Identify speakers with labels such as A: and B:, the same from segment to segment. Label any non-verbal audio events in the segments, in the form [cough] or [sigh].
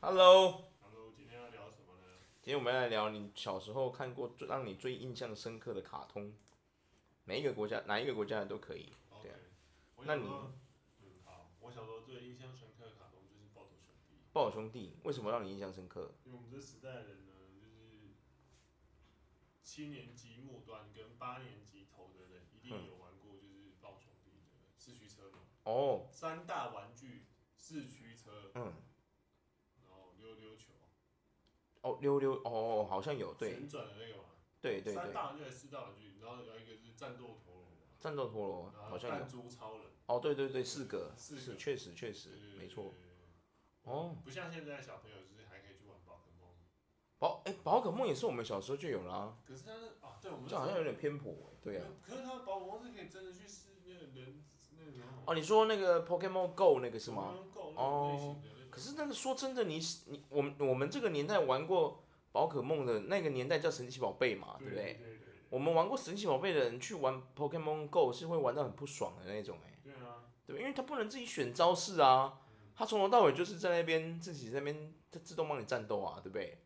A: Hello，
B: Hello，今天要聊什么呢？
A: 今天我们来聊你小时候看过最让你最印象深刻的卡通，每一个国家哪一个国家的都可以。对啊
B: OK，我
A: 那
B: 小时
A: 你
B: 候，嗯，好，我小时候最印象深刻的卡通就是《暴走兄弟
A: 暴走兄弟为什么让你印象深刻？》，
B: 因为我们这时代的人呢，就是七年级末端跟八年级头的人一定
A: 嗯
B: 有玩过，就是《暴走兄弟》的四驱车嘛，
A: 哦，
B: 三大玩具：四驱车，
A: 嗯，
B: 然后溜溜球，
A: 哦，溜溜，哦，好像有，对，
B: 旋转的那个嘛，
A: 对对
B: 三
A: 对，
B: 大玩具还是四大玩具，然后有一个是战斗陀螺嘛，
A: 战斗陀螺
B: 然
A: 好
B: 后
A: 像有
B: 弹，珠超人，
A: 哦，对对对，四个，
B: 啊四个嗯
A: 是确实确实
B: 对对对
A: 没
B: 对
A: 错
B: 对。对对
A: 哦，
B: 不像现在小朋友就是还可以去玩宝可梦，
A: 宝哎，宝可梦也是我们小时候就有啦，
B: 可是他那啊，对我们
A: 这好像有点偏颇哎，对啊。
B: 可是他的宝可梦是可以真的去试那个人那个什么
A: 哦，你说那个 Pokemon Go 那个是吗？？
B: 购那
A: 哦
B: 种类型的那种
A: 可是那个说真的，你你我们我们这个年代玩过宝可梦的那个年代叫神奇宝贝嘛，啊对
B: 对
A: 不
B: 对
A: 对？
B: 对对
A: 我们玩过神奇宝贝的人去玩 Pokemon Go 是会玩到很不爽的那种、哎，
B: 对啊，
A: 对，因为他不能自己选招式啊，他从头到尾就是在那边自己在那边他自动帮你战斗啊，对不对？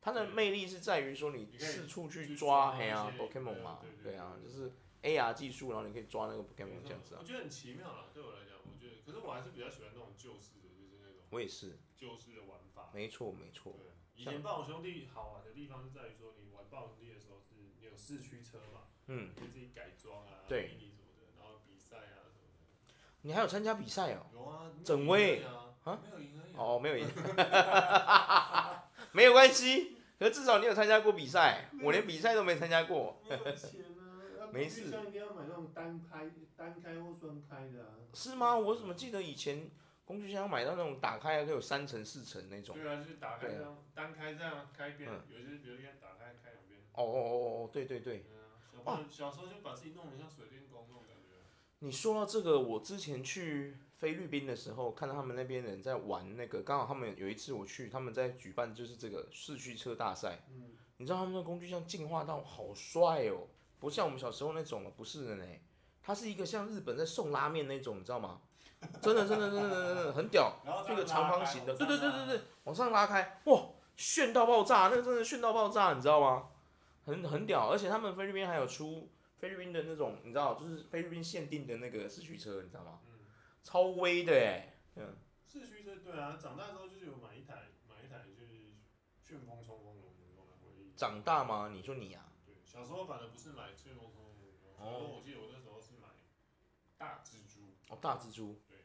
A: 它的
B: 对
A: 魅力是在于说你
B: 你可以
A: 四处去
B: 去
A: 抓
B: 抓
A: 黑啊
B: 一些
A: Pokemon 嘛
B: 对，对
A: 对啊，就
B: 对
A: 是 AR 技术，然后你可以抓那个
B: 没
A: Pokemon
B: 错
A: 这样子啊
B: 我。觉得很奇妙啦，对我来讲，我觉得，可是我还是比较喜欢那种旧式的，就是那种
A: 我也是，
B: 旧式的玩法。
A: 没错没错
B: 对，，以前暴龙兄弟好玩的地方是在于说，你玩暴龙兄弟的时候是你有四驱车嘛，
A: 嗯，
B: 你可以自己改装啊，
A: 对
B: 迷你什么的，然后比赛啊什么的。
A: 你还有参加比赛哦。
B: 有啊，没有
A: 整位
B: 赢而已啊，没有赢而已啊。
A: 哦，没有赢， [laughs] 没有关系。可是至少你有参加过比赛，我连比赛都没参加过。
B: 没有钱啊，
A: 没事
C: 像一定要买那种单开、单开或双开的啊。
A: 是吗？我怎么记得以前工具箱买到那种打开还可以有三层四层那种？
B: 对啊，就是打开
A: 对啊
B: 这样，单开这样开一边
A: 嗯，
B: 有些有些打开开两边。
A: 哦哦哦哦，对对哦对。
B: 嗯啊，小朋友小时候就把自己弄得像水电工那种感觉啊。
A: 你说到这个，我之前去菲律宾的时候，看到他们那边人在玩那个，刚好他们有一次我去，他们在举办就是这个四驱车大赛。
C: 嗯，
A: 你知道他们的工具箱进化到好帅哦，不像我们小时候那种了，不是的呢，它是一个像日本在送拉面那种，你知道吗？真的真的真的真的真的很屌。
B: 然后
A: 这个长方
B: 哦
A: 形的，对对对对
B: 对。
A: 对，往上拉开，哇，炫到爆炸，那个真的炫到爆炸，你知道吗？很很屌，而且他们菲律宾还有出菲律宾的那种，你知道，就是菲律宾限定的那个四驱车，你知道吗？
B: 嗯，
A: 超威的哎，嗯，
B: 四驱车对啊，长大之后就是有买一台买一台就是旋风冲锋龙的那种回忆。
A: 长大吗？你说你啊？
B: 对，小时候反而不是买旋风冲锋龙，小时候我记得我那时候是买大蜘蛛，
A: 哦，大蜘蛛
B: 对，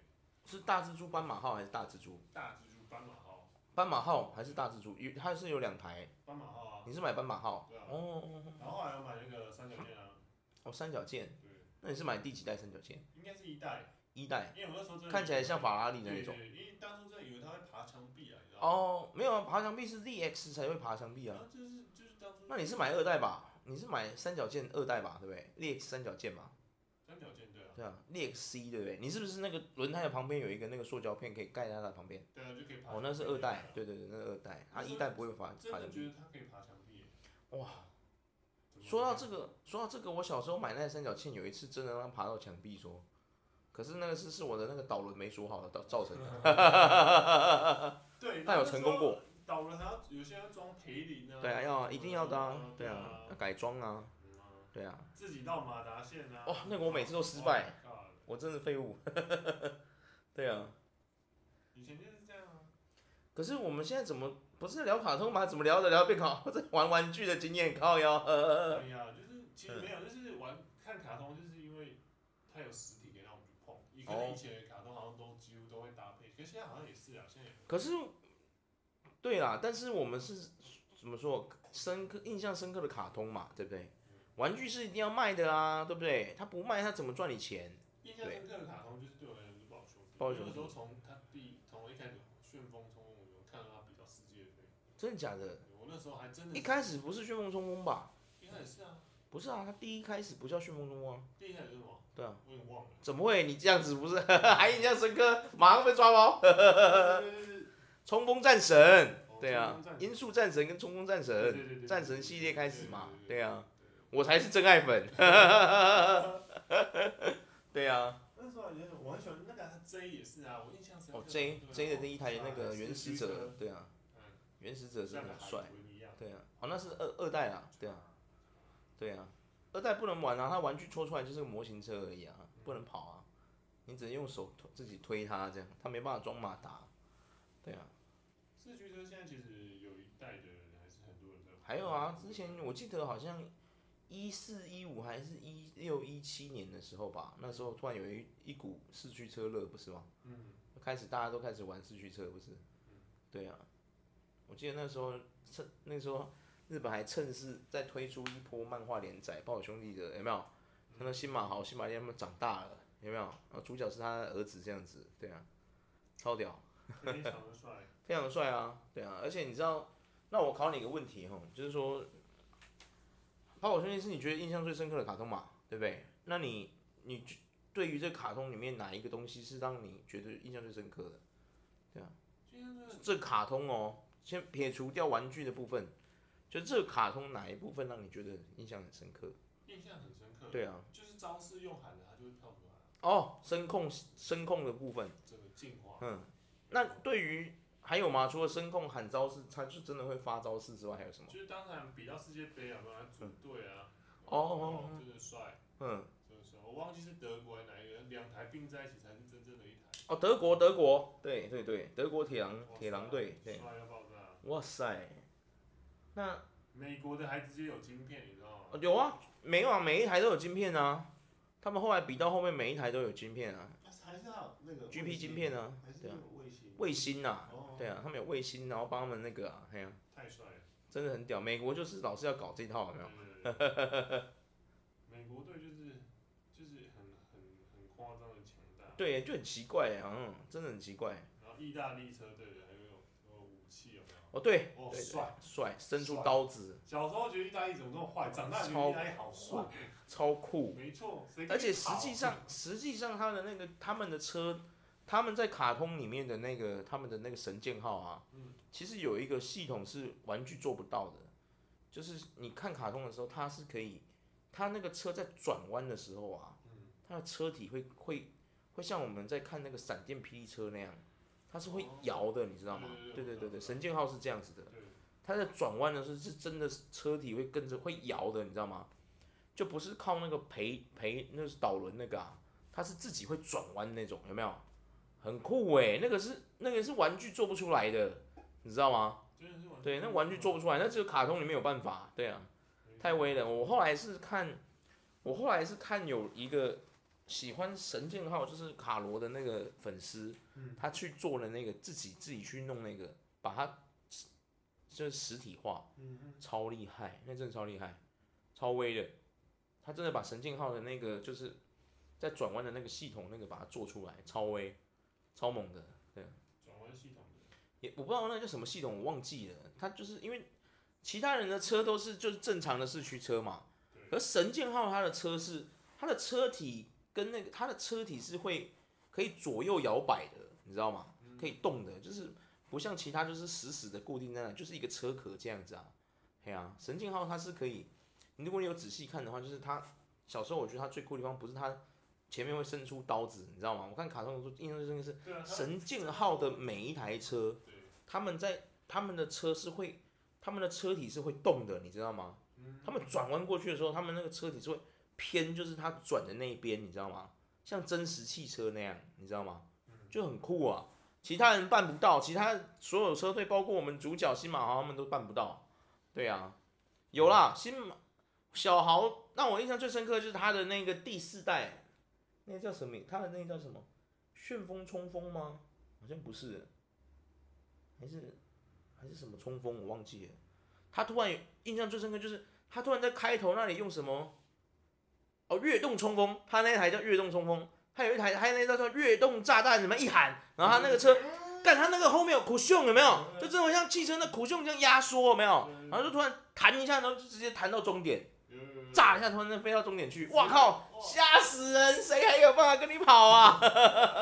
A: 是大蜘蛛斑马号还是大蜘蛛？
B: 大蜘蛛斑马号，
A: 斑马号还是大蜘蛛？有它是有两台，
B: 斑马号啊，
A: 你是买斑马号？
B: 对啊。
A: 哦哦哦
B: 然后还有买那个三角恋啊，
A: 哦，三角剑，
B: 对，
A: 那你是买第几代三角剑？
B: 应该是一代，
A: 一代，
B: 因为我那时候真的
A: 看起来像法拉利的那
B: 对
A: 种。
B: 对，因为当初真的以为他会爬墙壁啊，你知道吗？
A: 哦，没有啊，爬墙壁是 ZX 才会爬墙壁
B: 然
A: 啊。
B: 后就是就是当初
A: 那你是买二代吧？你是买三角剑二代吧？对不对？ZX 三角剑嘛，
B: 三角舰队啊，
A: 对啊，ZXC 对不对？你是不是那个轮胎的旁边有一个那个塑胶片可以盖在它的旁边？
B: 对啊，就可以爬。
A: 哦，那是二代，，对对对，那是二代，它
B: 可是
A: 一代不会爬
B: 真
A: 爬
B: 的
A: 墙
B: 觉
A: 壁。
B: 得他可以爬墙壁耶。
A: 哇，
B: 怎么会
A: 说到这个，说到这个，我小时候买那个三角剑，有一次真的让它爬到墙壁说，可是那个是是我的那个导轮没锁好的造造成
B: 嗯
A: 的。
B: 对，
A: 但有成功过。
B: 导人还要有些要装培林啊。
A: 对啊，要啊，一定要的啊
B: 嗯，
A: 对啊，要改装啊，
B: 嗯啊
A: 对啊，
B: 自己到马达线啊。
A: 哦那个我每次都失败
B: Oh my god。
A: 我真是废物。 [laughs] 对啊，
B: 以前就是这样啊。
A: 可是我们现在怎么不是聊卡通吗？怎么聊着聊着变 [laughs] 卡在玩玩具的经验靠腰？呃，
B: 哎呀，就是其实没有，就是玩看卡通，就是因为它有实体可以让我们去碰。以可
A: 哦
B: 能以前的卡通好像都几乎都会搭配，可是现在好像也是啊，现在也
A: 可是对啦，但是我们是怎么说深刻印象深刻的卡通嘛，对不对？玩具是一定要卖的啊，对不对？他不卖，他怎么赚你钱？
B: 印象深刻的卡通就是对我来讲就是暴兄弟，
A: 暴
B: 我
A: 雪兄
B: 有
A: 弟
B: 时候从他第从一开始旋风冲锋，我有看到他比较世界杯，
A: 真的假的？
B: 我那时候还真的是
A: 一开始不是旋风冲锋吧？
B: 一开始是啊，
A: 不是啊，他第一开始不叫旋风冲锋啊。
B: 第一开始是什么？
A: 对啊，
B: 我也忘了。
A: 怎么会？你这样子不是 [laughs] 还印象深刻？马上被抓包。 [laughs] 冲锋战神。
B: 哦
A: 对啊
B: 冲锋战，神
A: 音速战神跟冲锋战
B: 对
A: 神，
B: 对对对
A: 战神系列开始嘛
B: 对
A: 对啊。
B: 对对对
A: 我才是真爱粉。 [laughs] 对啊，
B: 那时候也我很喜欢那个 J 也是啊，我印象啊
A: 哦 J J 的那一台那个原始者，对啊，
B: 嗯，
A: 原始者是
B: 像
A: 很
B: 海
A: 帅，
B: 豚一样，
A: 对啊，哦那是二二代啊，对啊，对啊，二代不能玩啊，它玩具搓出来就是个模型车而已啊，不能跑啊，你只能用手推自己推它这样，它没办法装马达，对啊，
B: 四驱车现在其实有一代的人还是很多人在玩。
A: 还有啊，之前我记得好像一四一五还是一六一七年的时候吧，那时候突然有一一股四驱车热，不是吗？
B: 嗯，
A: 开始大家都开始玩四驱车，不是？对啊，我记得那时候趁那时候日本还趁势在推出一波漫画连载，暴走兄弟的有没有？看到新马豪、新马烈他们长大了，有没有？然后主角是他的儿子这样子，对啊，超屌。
B: 非常的帅。
A: [laughs] 非常帅啊，对啊，而且你知道，那我考你一个问题吼，就是说，泡泡兄弟是你觉得印象最深刻的卡通嘛，对不对？那你你就对于这卡通里面哪一个东西是让你觉得印象最深刻的？
B: 今天这
A: 这卡通哦，先撇除掉玩具的部分，就这卡通哪一部分让你觉得印象很深刻？
B: 印象很深刻，
A: 对啊，
B: 就是招式用喊的，它就会跳出来，
A: 哦，声控声控的部分，
B: 整个进化。
A: 嗯，那对于还有吗？除了声控喊招式，它就真的会发招式之外，还有什么？
B: 就是当然比较世界杯啊，不然组队啊，
A: 哦哦哦
B: 真的帅，
A: 嗯，
B: 真的帅。我忘记是德国还是哪一个，两台并在一起才是真正的一台。
A: 哦，德国，德国，对对对，德国铁狼
B: 哇
A: 铁狼
B: 帅
A: 队，对，
B: 帅到爆炸。
A: 哇塞，那、
B: 美国的还直接有晶片，你知道
A: 哦
B: 吗？
A: 有啊，没有啊，每一台都有晶片啊，他们后来比到后面每一台都有晶片啊
C: 还是还是要那个卫
A: ，GP
C: 星
A: 晶片啊，
C: 还是
A: 对
C: 要
A: 啊，
C: 有卫星。
A: 卫星啊，
C: 哦
A: 对啊，他们有卫星，然后帮他们那个啊，哎呀、
B: 太帅了。
A: 真的很屌，美国就是老是要搞这一套，有没有？
B: 对对对对 [laughs] 美国队就是就是很很很夸张的强大。
A: 对，就很奇怪啊，嗯，真的很奇怪。
B: 然后意大利车队的还有有武器有没有？
A: 哦，对，
B: 哦，
A: 对
B: 帅！
A: 帅，伸出
B: 帅
A: 刀子，
B: 小时候觉得意大利怎么这么坏，长大觉得
A: 超
B: 意大利好帅。
A: 超酷。
B: 没错，谁跟你
A: 而且实际
B: 跑
A: 上，实际上他的那个他们的车，他们在卡通里面的那个他们的那个神剑号啊，
B: 嗯
A: 其实有一个系统是玩具做不到的，就是你看卡通的时候，它是可以，它那个车在转弯的时候啊，
B: 嗯
A: 它的车体会会会像我们在看那个闪电霹雳车那样，它是会
B: 哦
A: 摇的，你知道吗？
B: 对对对
A: 对
B: 我知道
A: 对对
B: 我知道
A: 对，神剑号是这样子的。
B: 对，
A: 它在转弯的时候是真的是车体会跟着会摇的，你知道吗？就不是靠那个陪陪那是导轮那个啊，它是自己会转弯那种，有没有？很酷诶、那个是那个是玩具做不出来的，你知道吗？
B: 真的是玩具
A: 对，那玩具做不出来，那只有卡通里面有办法。对啊，太威了。我后来是看，我后来是看有一个喜欢神剑号，就是卡罗的那个粉丝，
B: 嗯
A: 他去做了那个自己自己去弄那个，把它就是实体化，
C: 嗯，
A: 超厉害，那真的超厉害，超威的。他真的把神剑号的那个就是在转弯的那个系统那个把它做出来，超威，超猛的。
B: 转弯系统的，
A: 也我不知道那叫什么系统，我忘记了。他就是因为其他人的车都是就是正常的四驱车嘛，
B: 对，
A: 而神剑号它的车是它的车体跟那个它的车体是会可以左右摇摆的，你知道吗？可以动的，就是不像其他就是死死的固定在那，就是一个车壳这样子啊。嘿啊，神剑号它是可以，你如果你有仔细看的话，就是它小时候我觉得它最酷的地方不是它前面会伸出刀子，你知道吗？我看卡通的时候印象最深刻是
B: 对啊，它
A: 神剑号的每一台车。
B: 对，
A: 他们在他们的车是会，他们的车体是会动的，你知道吗？他们转弯过去的时候，他们那个车体是会偏，就是它转的那一边，你知道吗？像真实汽车那样，你知道吗？就很酷啊！其他人办不到，其他所有车队，包括我们主角新马豪，他们都办不到。对啊，有啦，新马小豪让我印象最深刻就是他的那个第四代，那个叫什么？他的那个叫什么？旋风冲锋吗？好像不是，还是还是什么冲锋，我忘记了。他突然有印象最深刻就是他突然在开头那里用什么？哦，跃动冲锋，他那一台叫跃动冲锋，他有一台，还有那台叫跃动炸弹，什么一喊，然后他那个车，干他那个后面有苦胸有没有？就这种像汽车那苦胸这样压缩有没有？然后就突然弹一下，然后就直接弹到终点，
B: 有有有有
A: 炸一下，突然飞到终点去，
B: 是
A: 哇靠，吓死人！谁还有办法跟你跑啊？ [laughs]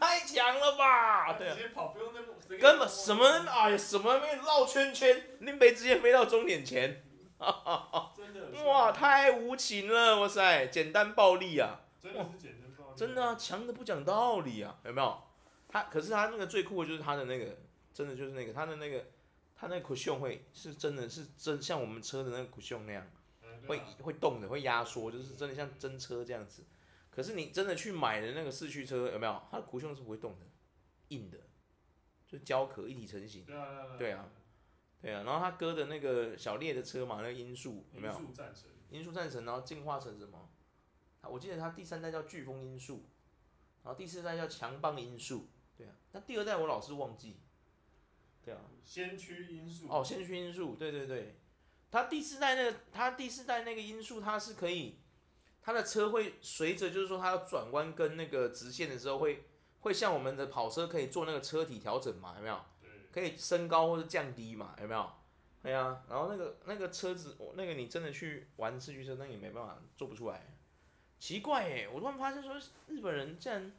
A: 太强了吧！对啊
B: 直，接跑不用那么，谁跟
A: 根
B: 你
A: 本
B: 跑
A: 什么哎呀，什么没绕圈圈，林北直接飞到终点前，
B: 真的
A: 哇，，太无情了，哇塞，简单暴力啊，
B: 真的是简单爆，
A: 真的啊，强的不讲道理啊，有没有？它可是它那个最酷的就是它的那个，真的就是那个它的那个它那个 cushion 会是真的是真像我们车的那个 cushion 那样。
B: 嗯对
A: 会
B: 啊
A: 会动的，会压缩，就是真的像真车这样子。可是你真的去买的那个四驱车，有没有？它的轱辘是不会动的，硬的，就胶壳一体成型。
B: 对啊
A: 对啊，对啊，然后他哥的那个小烈的车嘛，那个音速有没
B: 民
A: 有？
B: 宿战神，
A: 音速战神，然后进化成什么？啊我记得他第三代叫飓风音速，然后第四代叫强棒音速。对啊，那第二代我老是忘记。对啊，
B: 先驱因素
A: 哦，先驱因素，对对对，它第四代那个，它第四代那个因素，它是可以，它的车会随着就是说它要转弯跟那个直线的时候会会像我们的跑车可以做那个车体调整嘛，有没有？
B: 对，
A: 可以升高或者降低嘛，有没有？对呀、然后那个那个车子，我那个你真的去玩四驱车，那也没办法做不出来。奇怪哎、我突然发现说日本人竟然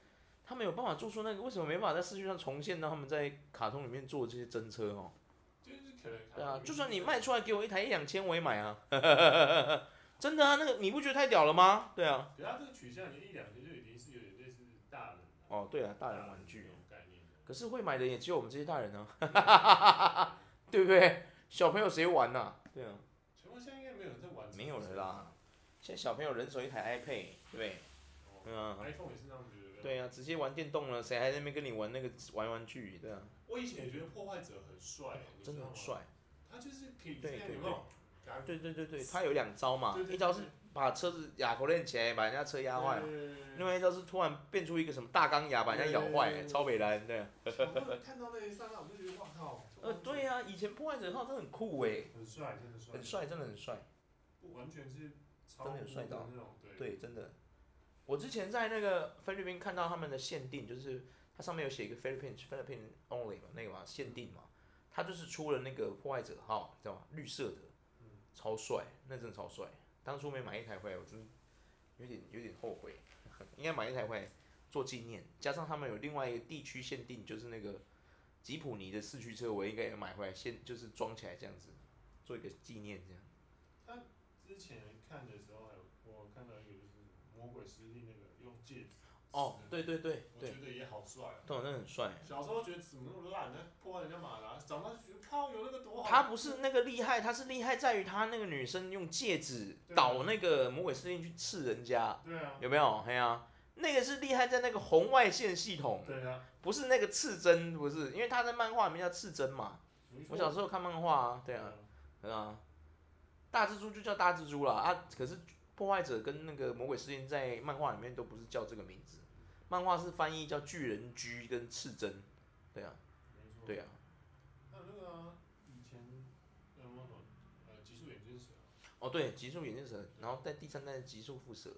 A: 他们有办法做出那个，为什么没办法在市区上重现到他们在卡通里面做的这些真车哦？
B: 就是可能
A: 对啊，就算你卖出来给我一台一两千，我也买啊。 [laughs] 真的啊，那个你不觉得太屌了吗？对啊。
B: 可是他这个取向一两天就已经是有点类似大人了
A: 哦，对啊，大人
B: 人
A: 玩具
B: 那。种概念了
A: 可是会买的也只有我们这些大人啊， [laughs] 对不对？小朋友谁玩呐、对啊，
B: 全国现在应该没有人在玩这个，
A: 没有了啦。现在小朋友人手一台 iPad，对不对？
B: 哦。
A: 嗯啊、
B: iPhone 也是这样觉得。，
A: 对啊，直接玩电动了，谁还在那边跟你玩那个玩玩具？对啊，
B: 我以前也觉得破坏者很帅，你知
A: 哦真的
B: 道
A: 很
B: 吗，
A: 帅。
B: 他就是可以这
A: 对
B: 样
A: 对
B: 有没有？感
A: 对对对对，他有两招嘛
B: 对，对
A: 一招是把车子哑口练起来，把人家车压坏嘛。另外一招是突然变出一个什么大钢牙，把人家咬坏、
B: 对
A: 超北蓝对。
B: 看到那一刹那，我就觉得哇靠！
A: 呃，对呀、以前破坏者号真的很酷哎、
B: 很帅，真的帅，
A: 很帅，真的很帅。
B: 完全是超
A: 真的有帅到
B: 那种，对，
A: 对，真的。我之前在那个菲律宾看到他们的限定，就是它上面有写一个菲律宾菲律宾 only 嘛，那个嘛限定嘛，它就是出了那个破坏者号，你知道吗？绿色的
B: 嗯，
A: 超帅，那真的超帅。当初没买一台回来，我真有点有点后悔，应该买一台回来做纪念。加上他们有另外一个地区限定，就是那个吉普尼的四驱车，我应该也买回来现就是装起来这样子，做一个纪念这样。
B: 之前看的时候，还有我看到一个就是魔鬼师弟那个用戒指，
A: 哦，
B: 嗯
A: 对对对
B: 我
A: 对，
B: 觉得也好帅啊。
A: 对，那很帅。
B: 小时候觉得怎么那么烂，呢，破坏人家马达，长大就觉得靠，有那个多好。
A: 他不是那个厉害，他是厉害在于他那个女生用戒指
B: 对啊
A: 倒那个魔鬼司令去刺人家，
B: 对啊，
A: 有没有？哎呀、那个是厉害在那个红外线系统，
B: 对啊，
A: 不是那个刺针，不是，因为他在漫画里面叫刺针嘛。我小
B: 时
A: 时候看漫画啊，对啊，，对啊，大蜘蛛就叫大蜘蛛啦啊，可是破坏者跟那个魔鬼司令在漫画里面都不是叫这个名字，漫画是翻译叫巨人狙跟刺针，对啊，
B: 没错，
A: 对啊。
B: 还有那个啊以前呃什么呃极速眼镜蛇啊，
A: 哦，对，极速眼镜蛇，然后在第三代的极速蝮蛇，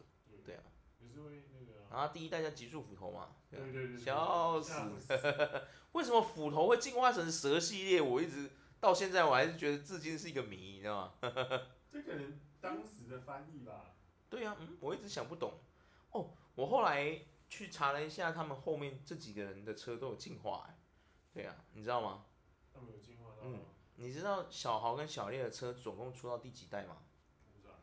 A: 对啊，
B: 也是会那个啊，嗯
A: 然后第一代叫极速斧头嘛，对啊
B: 对对对，
A: 笑死
B: 死！
A: 为什么斧头会进化成蛇系列？我一直到现在我还是觉得至今是一个谜，你知道吗？
B: 这可能当时的翻译吧，
A: 对啊，嗯，我一直想不懂。哦，我后来去查了一下，他们后面这几个人的车都有进化、哎对啊，你知道吗？
B: 他们有进化到
A: 嗯你知道小豪跟小烈的车总共出到第几代吗？
B: 不知道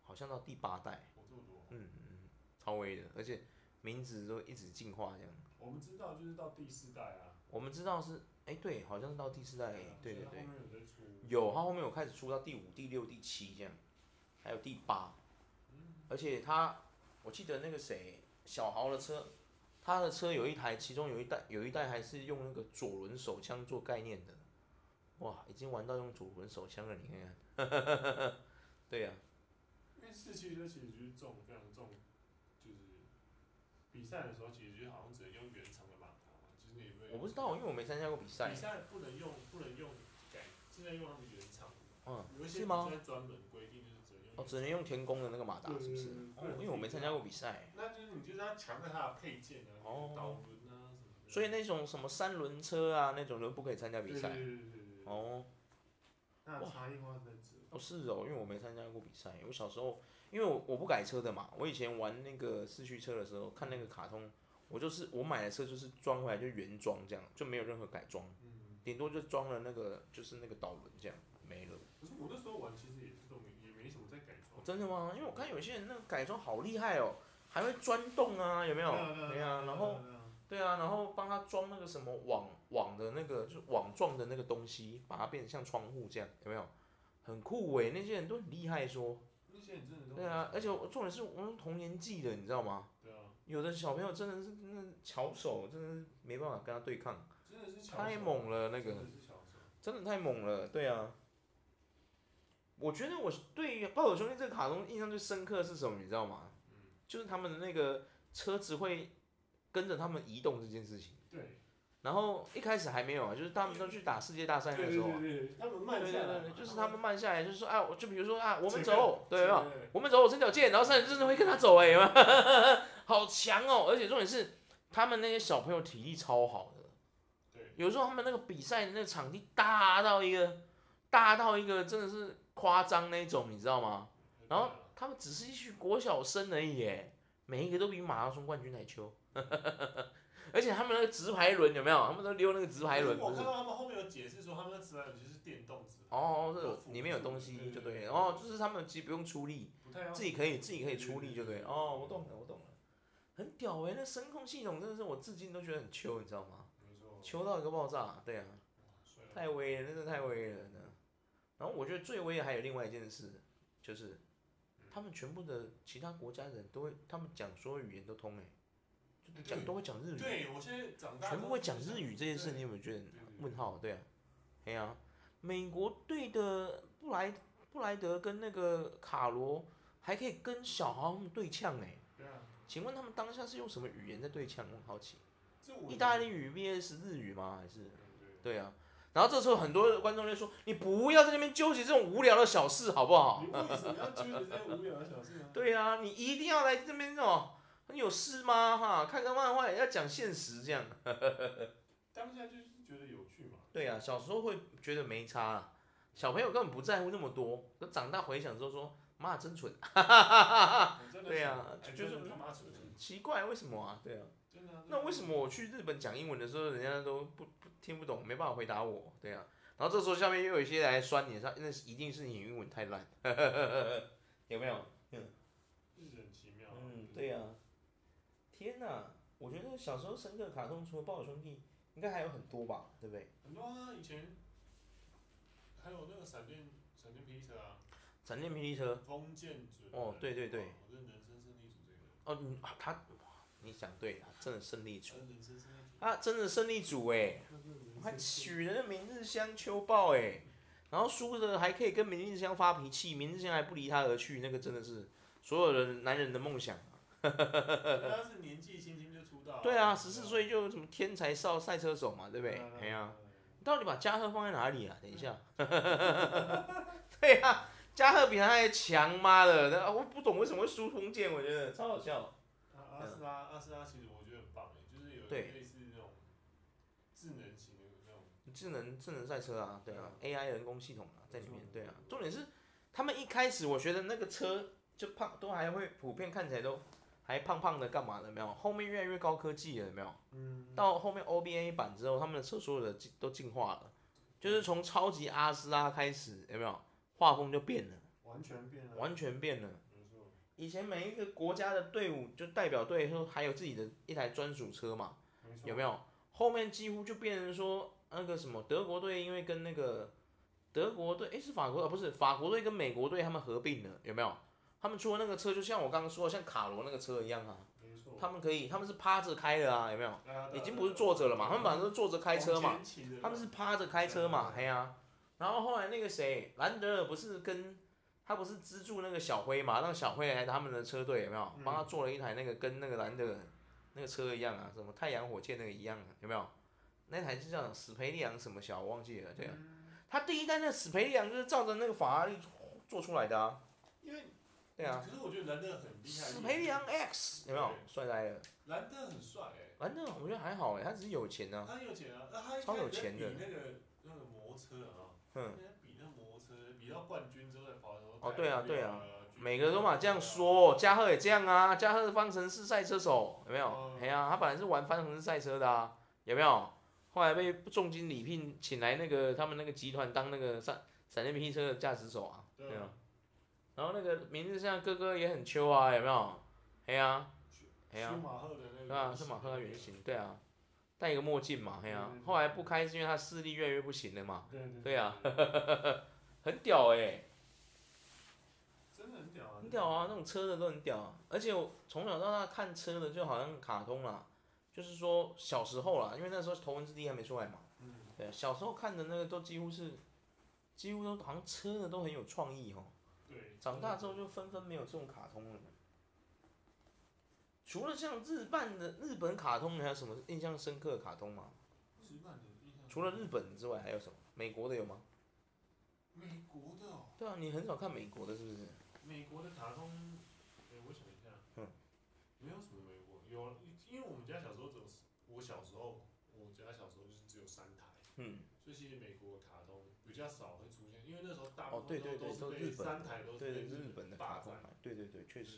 A: 好像到第八代，
B: 我这么多，
A: 嗯嗯，超威的，而且名字都一直进化这样。
B: 我们知道就是到第四代啊，
A: 我们知道是，哎、对，好像是到第四代，
B: 啊
A: 对对
B: 所以
A: 哎对
B: 它，后面有在出，
A: 有，他后面有开始出到第五、第六、第七这样，还有第八，而且他，我记得那个谁，小豪的车，他的车有一台，其中有一代有一代还是用那个左轮手枪做概念的，哇，已经玩到用左轮手枪了，你看看， [laughs] 对啊呀、
B: 因为四驱车其实就是重非常重，就是比赛的时候其实就好像只能用原厂的马达嘛，就是你没有
A: 我不知道，因为我没参加过比赛
B: 比，赛不能用不能用改，现在用他们原厂的。
A: 嗯，
B: 有一些
A: 是吗
B: 比？赛嗯专门规定就是只能用
A: 哦，
B: 原
A: 只能用田宫的那个马达
B: 对
A: 是不是
B: 对对？
A: 哦
B: 对，
A: 因为我没参加过比赛。
B: 那就是你就是要强调它的配件啊，
A: 哦
B: 导轮啊什么的。
A: 所以那种什么三轮车啊，那种都不可以参加比赛。
B: 对对对对对对。
A: 哦，
B: 那差异化在这。
A: 哦是哦，因为我没参加过比赛。我小时候，因为我我不改车的嘛，我以前玩那个四驱车的时候，看那个卡通，我就是我买的车就是装回来就原装这样，就没有任何改装，
B: 嗯，
A: 顶多就装了那个就是那个导轮这样没了。
B: 可是我那时候玩其实也是都没也没什么在改装。
A: 真的吗？因为我看有些人那个改装好厉害哦，还会钻洞啊，有没有？
B: 对啊对啊
A: 对啊，然后
B: 对啊
A: 对啊，然后帮他装那个什么网网的那个，就是网状的那个东西，把它变成像窗户这样，有没有？很酷诶、那些人都很厉害说。
B: 那些人真的都
A: 对啊，而且我重点是我们同年纪的，你知道吗？
B: 对啊，
A: 有的小朋友真的是那巧手，真的是没办法跟他对抗，
B: 真的是巧手
A: 太猛了那个。
B: 真的是巧手
A: 真的太猛了，对啊。我觉得我是对于《暴走兄弟》这个卡通印象最深刻的是什么，你知道吗？就是他们的那个车子会跟着他们移动这件事情。
B: 对，
A: 然后一开始还没有啊，就是他们都去打世界大赛那时候啊，
C: 对，他们
A: 对
C: 慢
A: 对
C: 下
A: 对
C: 来
A: 对，
C: 嘛，
A: 就是他们慢下来，就是说啊，我就比如说啊，我们
B: 这个
A: 走，对吧？
B: 对
A: 我们走，我伸脚见，然后三人真的会跟他走哎、 [laughs] 有没有好强哦！而且重点是，他们那些小朋友体力超好的，
B: 对，
A: 有时候他们那个比赛的那个场地大到一个大到一个真的是夸张那种，你知道吗？然后他们只是一群国小生而已耶，每一个都比马拉松冠军还秋， [laughs] 而且他们那个直排轮有没有？他们都溜那个直排轮，
B: 我
A: 不是
B: 看？到他们后面有解释说，他们的直排轮就是电动直排，
A: 哦，
B: 有
A: 这
B: 辅
A: 里面有
B: 助
A: 东西
B: 对
A: 就
B: 对对
A: 对了，哦，就是他们其实不用出力，
B: 不太要
A: 自己可以自己可以出力就对了。哦，我懂
B: 了，
A: 了，我懂了，很屌哎、那声控系统真的是我至今都觉得很秋，你知道吗？
B: 没错，
A: 秋到一个爆炸，对啊。
B: 所以
A: 太威人，真的太威人了。然后我觉得最威的还有另外一件事，就是他们全部的其他国家人都会，他们讲所有语言都通哎、就讲都会讲日语，
B: 对我现在长大
A: 全部会讲日
B: 语，
A: 语这件事，你有没有觉得
B: 对对
A: 问号？对啊，哎呀、美国队的布莱布莱德跟那个卡罗还可以跟小豪他们对呛哎、
B: 对啊，
A: 请问他们当下是用什么语言在对呛？我很好奇，
B: 这我
A: 意大
B: 利，
A: 利语、VS 日语吗？还是？
B: 嗯对
A: 对啊，然后这时候很多观众就说：“你不要在那边纠结这种无聊的小事，好不好
B: 你为什么要纠结这些无聊的小事
A: [laughs]
B: 呢？”？
A: 对啊，你一定要来这边哦。你有事吗？哈，看看漫画也要讲现实这样。
B: 当下就是觉得有趣嘛，
A: 对啊，小时候会觉得没差啊，小朋友根本不在乎那么多。可长大回想之后说：“妈，真蠢，
B: 我真的
A: 对啊
B: 哎
A: 就是
B: 真的他妈蠢，
A: 奇怪，为什么啊？”对啊，
B: 真的啊。
A: 那为什么我去日本讲英文的时候，人家都不不听不懂，没办法回答我？对啊，然后这时候下面又有一些来酸你，说那是一定是你英文太烂， [laughs] 有没有？
B: 就是很奇妙啊？
A: 嗯，对呀、天哪，我觉得小时候深刻的卡通除了《暴走兄弟》，应该还有很多吧，对不对？
B: 很多啊，以前还有那个闪电闪电霹雳车啊，
A: 闪电霹雳车，
B: 风剑准
A: 呃哦对对对
B: 哇我是人生胜利组这个，
A: 哦，你啊他，哇你讲对了，啊真的胜利组，
B: 呃人生胜利组，
A: 啊，真的胜利组哎，
B: 那是人生
A: 还
B: 胜利组
A: 取了明日香秋报哎，然后输的还可以跟明日香发脾气，明日香还不离他而去，那个真的是所有的男人的梦想啊。
B: 人家是年纪轻轻就出道啊，
A: 对啊，十四岁就什么天才少赛车手嘛，对不对？哎呀、你到底把加贺放在哪里啊？等一下， [laughs] 对啊，加贺比他还强，妈的！那啊我不懂为什么会输封建，我觉得超好笑。
B: 阿啊阿斯拉阿斯拉其实我觉得很棒耶，欸就是有
A: 对
B: 类似那种智能型的那种，
A: 智能智能赛车啊，对啊，AI 人工系统啊，在里面
B: 没，错
A: 对啊。重点是他们一开始我觉得那个车就胖，都还会普遍看起来都还胖胖的，干嘛的没有？后面越来越高科技了，有没有？
B: 嗯，
A: 到后面 OBA 版之后，他们的车所有的进都进化了，就是从超级阿斯拉开始，有没有？画风就变了，
B: 完全变了，
A: 完全变了。
B: 没错，
A: 以前每一个国家的队伍就代表队说还有自己的一台专属车嘛，
B: 没错，
A: 有没有？后面几乎就变成说那个什么德国队，因为跟那个德国队，诶，是法国啊，不是法国队跟美国队他们合并了，有没有？他们出的那个车就像我刚刚说的，像卡罗那个车一样啊，
B: 没错，
A: 他们可以他们是趴着开的啊，有没有？
B: 啊
A: 已经不是坐着了嘛，他们本来是坐着开车嘛，，他们
B: 是
A: 是趴着开车嘛，嘿呀、然后后来那个谁，兰德尔不是跟他不是资助那个小辉嘛，让小辉来他们的车队有没有？帮他做了一台那个跟那个兰德尔那个车一样啊，什么太阳火箭那个一样、啊，有没有？那台是叫史培利昂什么小，我忘记了。对啊，他第一代那个史培利昂就是照着那个法拉利做出来的啊。
B: 因为
A: 对啊，
B: 可是我觉得兰德很厉害，
A: 史培利昂 X 有没有
B: 嗯对
A: 帅呆了？
B: 兰德很帅哎。
A: 兰德尔我觉得还好哎、他只是有钱啊。
B: 他很有钱啊，那他
A: 超有钱的
B: 比那个那个摩托车啊，
A: 嗯，
B: 人家比那摩托车比到冠军之后再跑的时候
A: 哦对啊对啊
B: 啊，
A: 每个都嘛这样说，加贺也这样啊，加贺方程式赛车手有没有
B: 嗯？
A: 哎呀、他本来是玩方程式赛车的啊，有没有？后来被重金礼聘请来那个他们那个集团当那个闪闪电霹雳车的驾驶手啊，
B: 对
A: 对
B: 啊
A: 啊。然后那个名字像哥哥也很秋啊，有没有？哎呀、哎呀
B: 舒马赫的那个
A: 啊，是马克的原型，对啊，戴一个墨镜嘛，哎呀、
B: 对对对
A: 后来不开是因为他视力越来越不行了嘛，
B: 对对
A: 对啊，很屌哎、
B: 真的很屌啊，
A: 很屌啊，那种车的都很屌、啊。而且我从小到大看车的就好像卡通啦，就是说小时候啦，因为那时候头文字 D 还没出来嘛，
B: 嗯，
A: 对啊、小时候看的那个都几乎是，几乎都好像车的都很有创意哦。
B: 对，
A: 长大之后就纷纷没有这种卡通了。除了像日漫的日本卡通，你还有什么印象深刻的卡通吗？
B: 日漫的印象
A: 除了日本之外，还有什么？美国的有吗？
B: 美国的哦，
A: 对啊，你很少看美国的，是不是？
B: 美国的卡通，哎、我想一下，
A: 嗯，
B: 没有什么美国，有，因为我们家小时候只有，我小时候，我家小时候就是只有三台，
A: 嗯，
B: 所以其实美国的卡通比较少会出现，因为那时候大
A: 哦
B: 部，
A: 对
B: 分
A: 对对，
B: 都
A: 都
B: 是
A: 日
B: 被
A: 本
B: 三
A: 的
B: 台都是
A: 对
B: 被
A: 对日本的卡
B: 霸
A: 通
B: 占，
A: 嘛，对对对，确
B: 就
A: 实，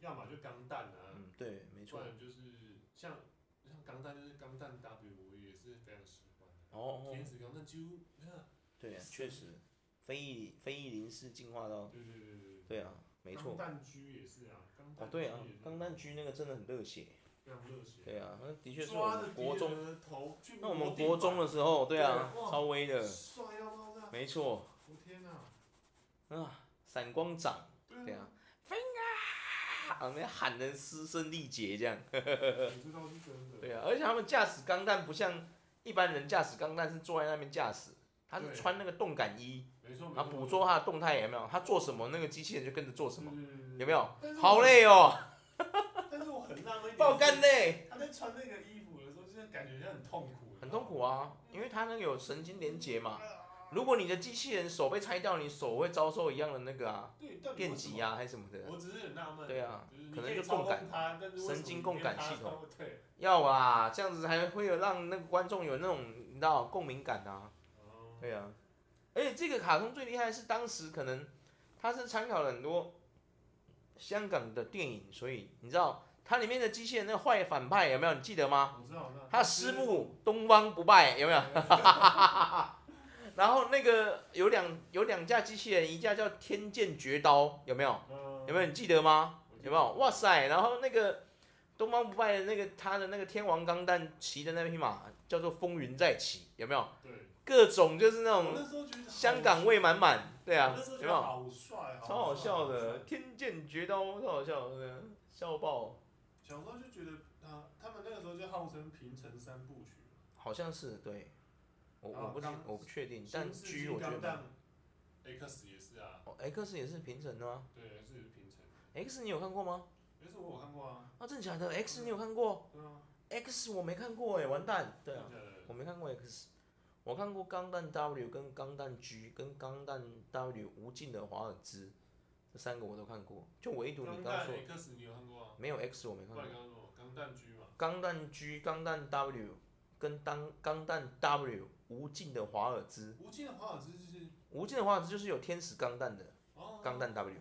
B: 是要么就钢弹啊，
A: 嗯，对，没
B: 不
A: 错。
B: 然就是像像钢弹就是钢弹 W，我也是非常喜欢的，
A: 哦，
B: 天使钢弹几乎，你看，
A: 对啊，确实，非翼非翼零式进化到，
B: 对对对对对，
A: 对啊，没错
B: 钢。弹 G 也是啊，钢弹
A: 哦，对啊
B: G 也，是
A: 钢弹 G 那个真的很热血，
B: 非常热血。
A: 对啊，那的确是
B: 嗯
A: 我
B: 抓着
A: 们国中，
B: 的头去
A: 那我们
B: 磨地
A: 国中的时候，对啊
B: 对啊，哇
A: 超威的
B: 板，帅到爆炸！
A: 没错，
B: 我天哪！
A: 啊，闪光掌，对啊，啊，那喊人嘶声力竭这样， [laughs]
B: 我知道是真的。
A: 对啊，而且他们驾驶钢弹不像一般人驾驶钢弹是坐在那边驾驶，他是
B: 对嗯
A: 穿那个动感衣，
B: 没错没错。
A: 然后捕捉他的动态有没有？他做什么，那个机器人就跟着做
B: 是
A: 什么，？
B: 是
A: 有没？有？
B: 是
A: 好。累哦，
B: 是但是我很浪漫。
A: 爆肝。累。
B: 他在穿那个衣服的时候，就是感觉很痛苦。
A: 很痛苦啊，因为它那个有神经连接嘛。如果你的机器人手被拆掉，你手会遭受一样的那个啊，
B: 你知道吗。对，
A: 电极
B: 啊。
A: 啊还是什么的。
B: 我只是很纳闷。
A: 对啊
B: 就是你
A: 可能
B: 以
A: 就共感
B: 操控它但是为什么
A: 神经共感系统
B: 你跟它操。对。
A: 要啊，这样子才会有让那个观众有那种你知道共鸣感啊。
B: 哦
A: 对啊，而且这个卡通最厉害的是当时可能它是参考了很多香港的电影，所以你知道它里面的机器人那个坏反派有没有？你记得吗？
B: 我知道，我知道。
A: 啊他师傅东方不败有没 [laughs] 有？然后那个有两有两架机器人，一架叫天剑绝刀，有没有？
B: 嗯
A: 有没有？你记得吗？
B: 我记得
A: 有没有？哇塞！然后那个东方不败的那个他的那个天王钢弹骑的那匹马叫做风云再起，有没有？
B: 对。
A: 各种就是那
B: 我
A: 种
B: 那时候觉得好
A: 香港味满满，对啊
B: 我那时候，
A: 有
B: 觉
A: 没
B: 得
A: 有？
B: 好帅，
A: 超好笑
B: 帅
A: 的，天剑绝刀超好笑的，笑爆，
B: 小时候就觉得啊，他们那个时候就号称平成三部曲，
A: 好像是对，我我不
B: 然后
A: 清
B: 啊钢
A: 我不确定，但
B: 新世纪
A: G 我觉得
B: 钢
A: 蛮
B: 弹 X 也是啊，
A: 哦，X 也是平成的吗
B: 对，也是平成。
A: ？X 你有看过吗？
B: 但是我有看过啊，
A: 啊，真的假的？X 你有看过
B: 对啊，
A: ？X 我没看过哎、完蛋！对啊，
B: 真的
A: 我没看过 X，我看过《钢弹 W》跟《钢弹 G》跟《钢弹 W 无尽的华尔兹》，这三个我都看过，就唯独你
B: 钢
A: 刚
B: 弹
A: 说
B: X 你有看过啊？
A: 没有 X 我没
B: 不
A: 看过
B: 然，你刚刚说我钢弹 G 嘛，
A: 《钢弹 G》《钢弹 W》跟《当钢弹 W 无尽的华尔兹》，
B: 无尽的华尔兹就是
A: 无尽的华尔兹就是有天使钢弹的。
B: 哦，
A: 钢弹 W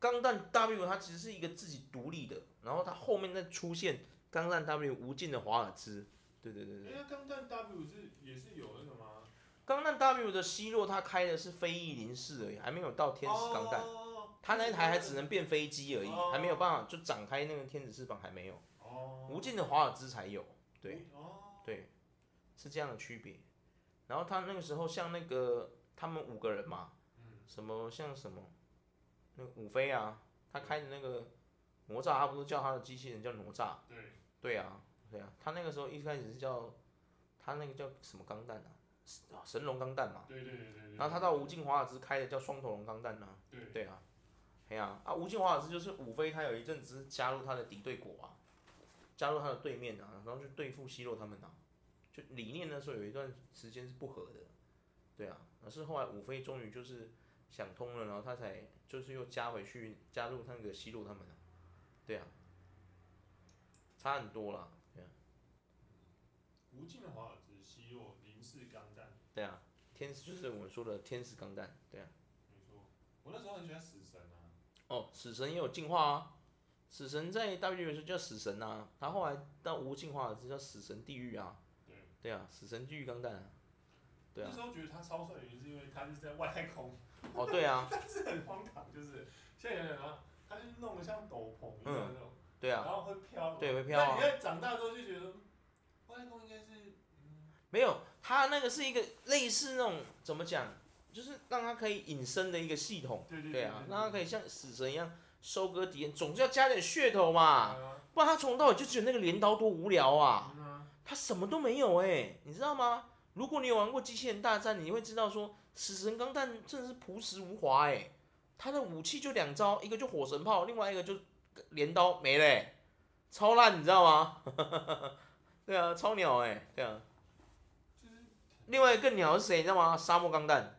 A: 钢弹 W 它其实是一个自己独立的，然后它后面再出现钢弹 W 无尽的华尔兹。对对对
B: 因
A: 对，
B: 为钢弹 W 是也是有那个吗？
A: 钢弹 W 的希洛它开的是飞翼零式而已，还没有到天使钢弹。
B: 哦
A: 它那一台还只能变飞机而已，
B: 哦
A: 还没有办法就展开那个天使翅膀，还没有。
B: 哦，
A: 无尽的华尔兹才有，对
B: 哦，
A: 对，是这样的区别。然后他那个时候像那个他们五个人嘛，
B: 嗯，
A: 什么像什么，那个五飞啊，他开的那个哪吒，他不是叫他的机器人叫哪吒？
B: 对，
A: 对啊，对啊，他那个时候一开始是叫他那个叫什么钢弹啊，神啊神龙钢弹嘛。
B: 对对对对对。
A: 然后他到无尽华尔兹开的叫双头龙钢弹啊。
B: 对
A: 对啊，哎呀啊，无尽华尔兹就是五飞，他有一阵子是加入他的敌对国啊，加入他的对面啊，然后去对付希洛他们啊，就理念那时候有一段时间是不合的，对啊，而是后来五飞终于就是想通了，然后他才就是又加回去加入那个希洛他们啊，对啊，差很多啦，对啊，
B: 无尽的华尔兹、希洛、零式钢弹。
A: 对啊，天使就是我们说的天使钢弹，对啊，
B: 没错，我那时候很喜欢死神啊，
A: 哦，死神也有进化啊。死神在 W 的时候叫死神啊，他后来到无进化的时候叫死神地狱啊。
B: 对，
A: 对啊，死神地狱钢弹啊。对啊
B: 那，时候觉得他超帅，原因是因为他是在外太空，
A: 哦对啊，
B: 但是很荒唐，就是现在想想啊，他就是弄得像斗篷一样那种，
A: 对啊，
B: 然后会飘，
A: 对会飘啊
B: 那你看长大之后就觉得，嗯外公应该是，嗯，
A: 没有，它那个是一个类似那种怎么讲，就是让它可以隐身的一个系统。
B: 对对
A: 对啊，让它
B: 嗯
A: 可以像死神一样收割敌人，总是要加点噱头嘛，
B: 啊，
A: 不然它从头到尾就只有那个镰刀，多无聊啊！
C: 嗯啊，
A: 它什么都没有哎、你知道吗？如果你有玩过机器人大战，你会知道说死神钢弹真的是朴实无华哎、它的武器就两招，一个就火神炮，另外一个就镰刀没了、欸，超烂，你知道吗？ [laughs] 对啊，超鸟哎、对啊。
B: 就是，
A: 另外一个更鸟是谁，你知道吗？沙漠钢弹，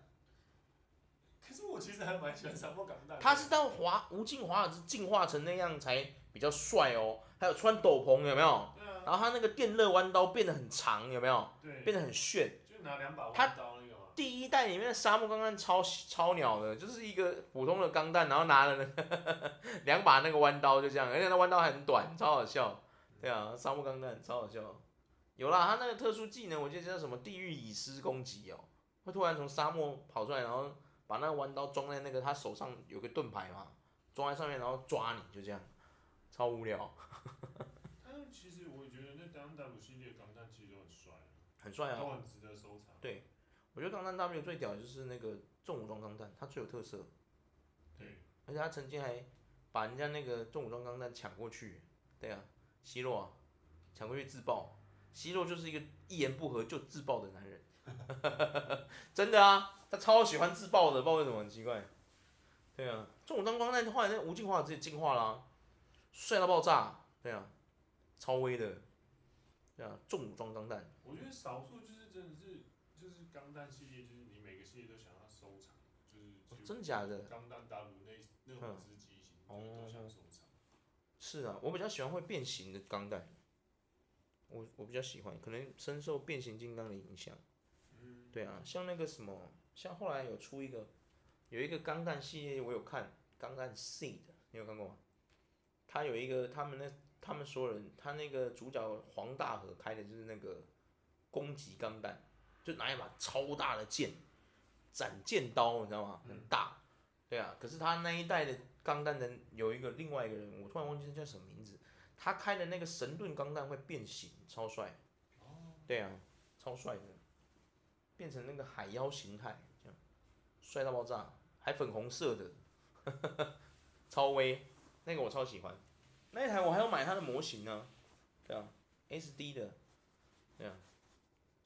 B: 可是我其实还蛮喜欢沙漠港蛋的，
A: 它是到华无尽华尔兹进化成那样才比较帅哦，还有穿斗篷有没有？
B: 对啊，
A: 然后它那个电热弯刀变得很长有没有？
B: 对，
A: 变得很炫。
B: 就拿两把
A: 他
B: 弯刀那个嘛，
A: 第一代里面的沙漠钢弹超超鸟的，就是一个普通的钢弹，然后拿了那个两把那个弯刀就这样，而且那弯刀还很短，超好笑。对啊，沙漠钢弹超好笑。有啦，他那个特殊技能，我记得叫什么地狱蚁狮攻击哦，会突然从沙漠跑出来，然后把那个弯刀装在那个他手上有个盾牌嘛，装在上面，然后抓你，就这样，超无聊，
B: 但是其实我觉得那当大鲁系列港蛋其实都很帅，
A: 很帅啊。
B: 都很值得收藏，
A: 对，我觉得钢弹 W 最屌的就是那个重武装钢弹，它最有特色。
B: 对，
A: 而且他曾经还把人家那个重武装钢弹抢过去，对啊，希洛啊，抢过去自爆。希洛就是一个一言不合就自爆的男人， [laughs] 真的啊，他超喜欢自爆的，不知道为什么很奇怪。对啊，重武装钢弹后来那无尽化直接进化啦、帅到爆炸，对啊，超威的，对啊，重武装钢弹，
B: 我觉得少数就是真的是就是钢弹系列，就是你每个系列都想要收藏，就是
A: 哦
B: 就
A: 真的假的？
B: 钢弹大陆那
A: 嗯
B: 那种之机型，就是
A: 哦
B: 都想收藏。
A: 是啊，我比较喜欢会变形的钢弹，我我比较喜欢，可能深受变形金刚的影响。
B: 嗯，
A: 对啊，像那个什么，像后来有出一个有一个钢弹系列，我有看钢弹 Seed，你有看过吗？他有一个他们那他们所有人，他那个主角黄大河开的就是那个攻击钢弹，就拿一把超大的剑，斩剑刀，你知道吗？很大。对啊，可是他那一代的钢弹的有一个另外一个人，我突然忘记他叫什么名字，他开的那个神盾钢弹会变形，超帅。
B: 哦，
A: 对啊，超帅的，变成那个海妖形态，这样帅到爆炸，还粉红色的， [laughs] 超威，那个我超喜欢，那一台我还要买它的模型呢，对啊，SD 的，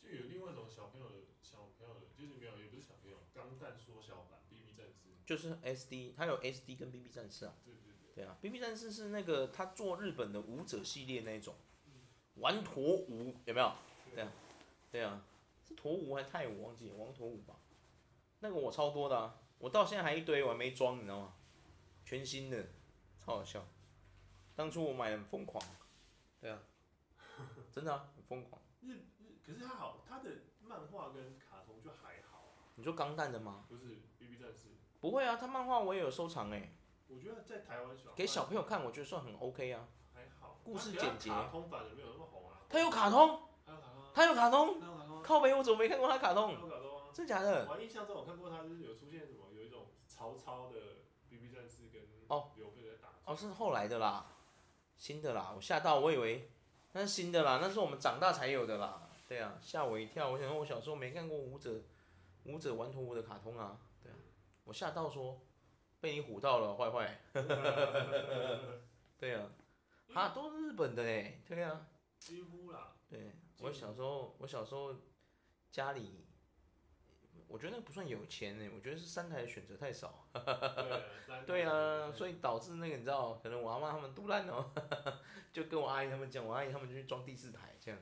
B: 就有另外一种小朋友的小朋友的，就是没有也不是小朋友，钢弹缩小版 BB 战士，
A: 就是 SD，它有 SD 跟 BB 战士啊，
B: 对对对，
A: 对啊，BB 战士是那个他做日本的武者系列那一种，玩陀舞有没有？对啊，对啊，是陀舞还是泰舞忘记了，王陀舞吧？那个我超多的、啊，我到现在还一堆，我还没装，你知道吗？全新的，超好笑。当初我买得很疯狂，对啊， [laughs] 真的啊，很疯狂。
B: 日日可是它好，它的漫画跟卡通就还好啊，
A: 你说钢弹的吗？
B: 不是 BB 战士，
A: 不会啊，他漫画我也有收藏哎、
B: 我觉得在台湾小
A: 给小朋友看，我觉得算很 OK 啊。
B: 还好，
A: 故事
B: 它可是它
A: 简洁
B: 卡通版的没有那么红啊，
A: 他有卡通，
B: 还有卡通啊，
A: 他有卡通，
B: 还有卡通啊，
A: 靠北我怎么没看过他卡
B: 还
A: 通？
B: 有卡通啊。
A: 真假的？
B: 我印象中我看过他就是有出现什么，有一种曹操的 BB 战士跟
A: 哦
B: 刘备在打
A: 哦，是后来的啦，新的啦，我吓到，我以为那是新的啦，那是我们长大才有的啦。对啊，吓我一跳，我想说我小时候没看过舞者舞者玩陀舞的卡通啊，对啊，我吓到说被你唬到了，坏坏。 [laughs] 对啊，啊，都是日本的嘞，对啊，
B: 几乎啦，
A: [laughs] 对我小时候我小时候家里。我觉得那不算有钱呢、我觉得是三台的选择太少。
B: 对
A: 对啊，所
B: 以
A: 以导致那个你知道，可能我阿妈他们都烂哦， [laughs] 就跟我阿姨他们讲，我阿姨他们就去装第四台这样。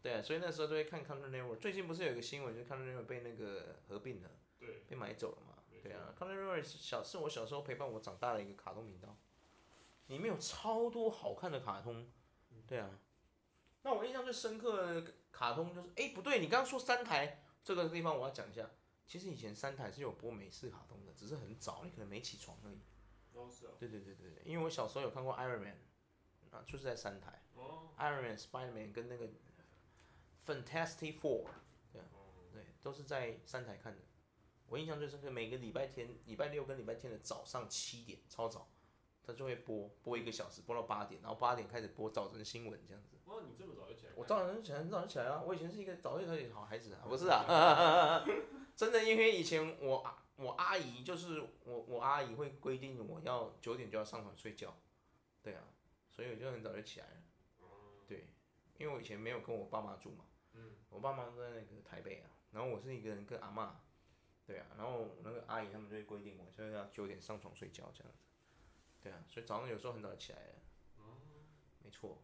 A: 对啊，所以那时候都会看 Cartoon Network。最近不是有一个新闻，就是 Cartoon Network 被那个合并了，
B: 对
A: 被买走了嘛
B: 没？错
A: 对啊，Cartoon Network 是小是我小时候陪伴我长大的一个卡通频道，里面有超多好看的卡通。对啊，那我印象最深刻的卡通就是，哎，不对，你刚刚说三台这个地方我要讲一下。其实以前三台是有播美式卡通的，只是很早，你可能没起床而已。
B: 都是哦
A: 对对对对，对因为我小时候有看过 Iron Man，啊，就是在三台
B: 哦，
A: Iron Man、Spider Man 跟那个 Fantastic Four，
B: 哦
A: 对，都是在三台看的。我印象最深刻，每个礼拜天、礼拜六跟礼拜天的早上七点，超早，他它就会播播一个小时，播到八点，然后八点开始播早晨新闻这样子。
B: 哇，你这么早就起来看？
A: 我早上就起来，很早就起来啊！我以前是一个早睡早起的好孩子啊，不是啊，真的，因为以前我啊我阿姨就是我我阿姨会规定我要九点就要上床睡觉，对啊，所以我就很早就起来了，
B: 嗯
A: 对，因为我以前没有跟我爸妈住嘛，
B: 嗯，
A: 我爸妈都在那个台北啊，然后我是一个人跟阿嬷，对啊，然后那个阿姨他们就会规定我就是要九
B: 어.
A: 点上床睡觉这样子，对啊，所以早上有时候很早就起来了，没错，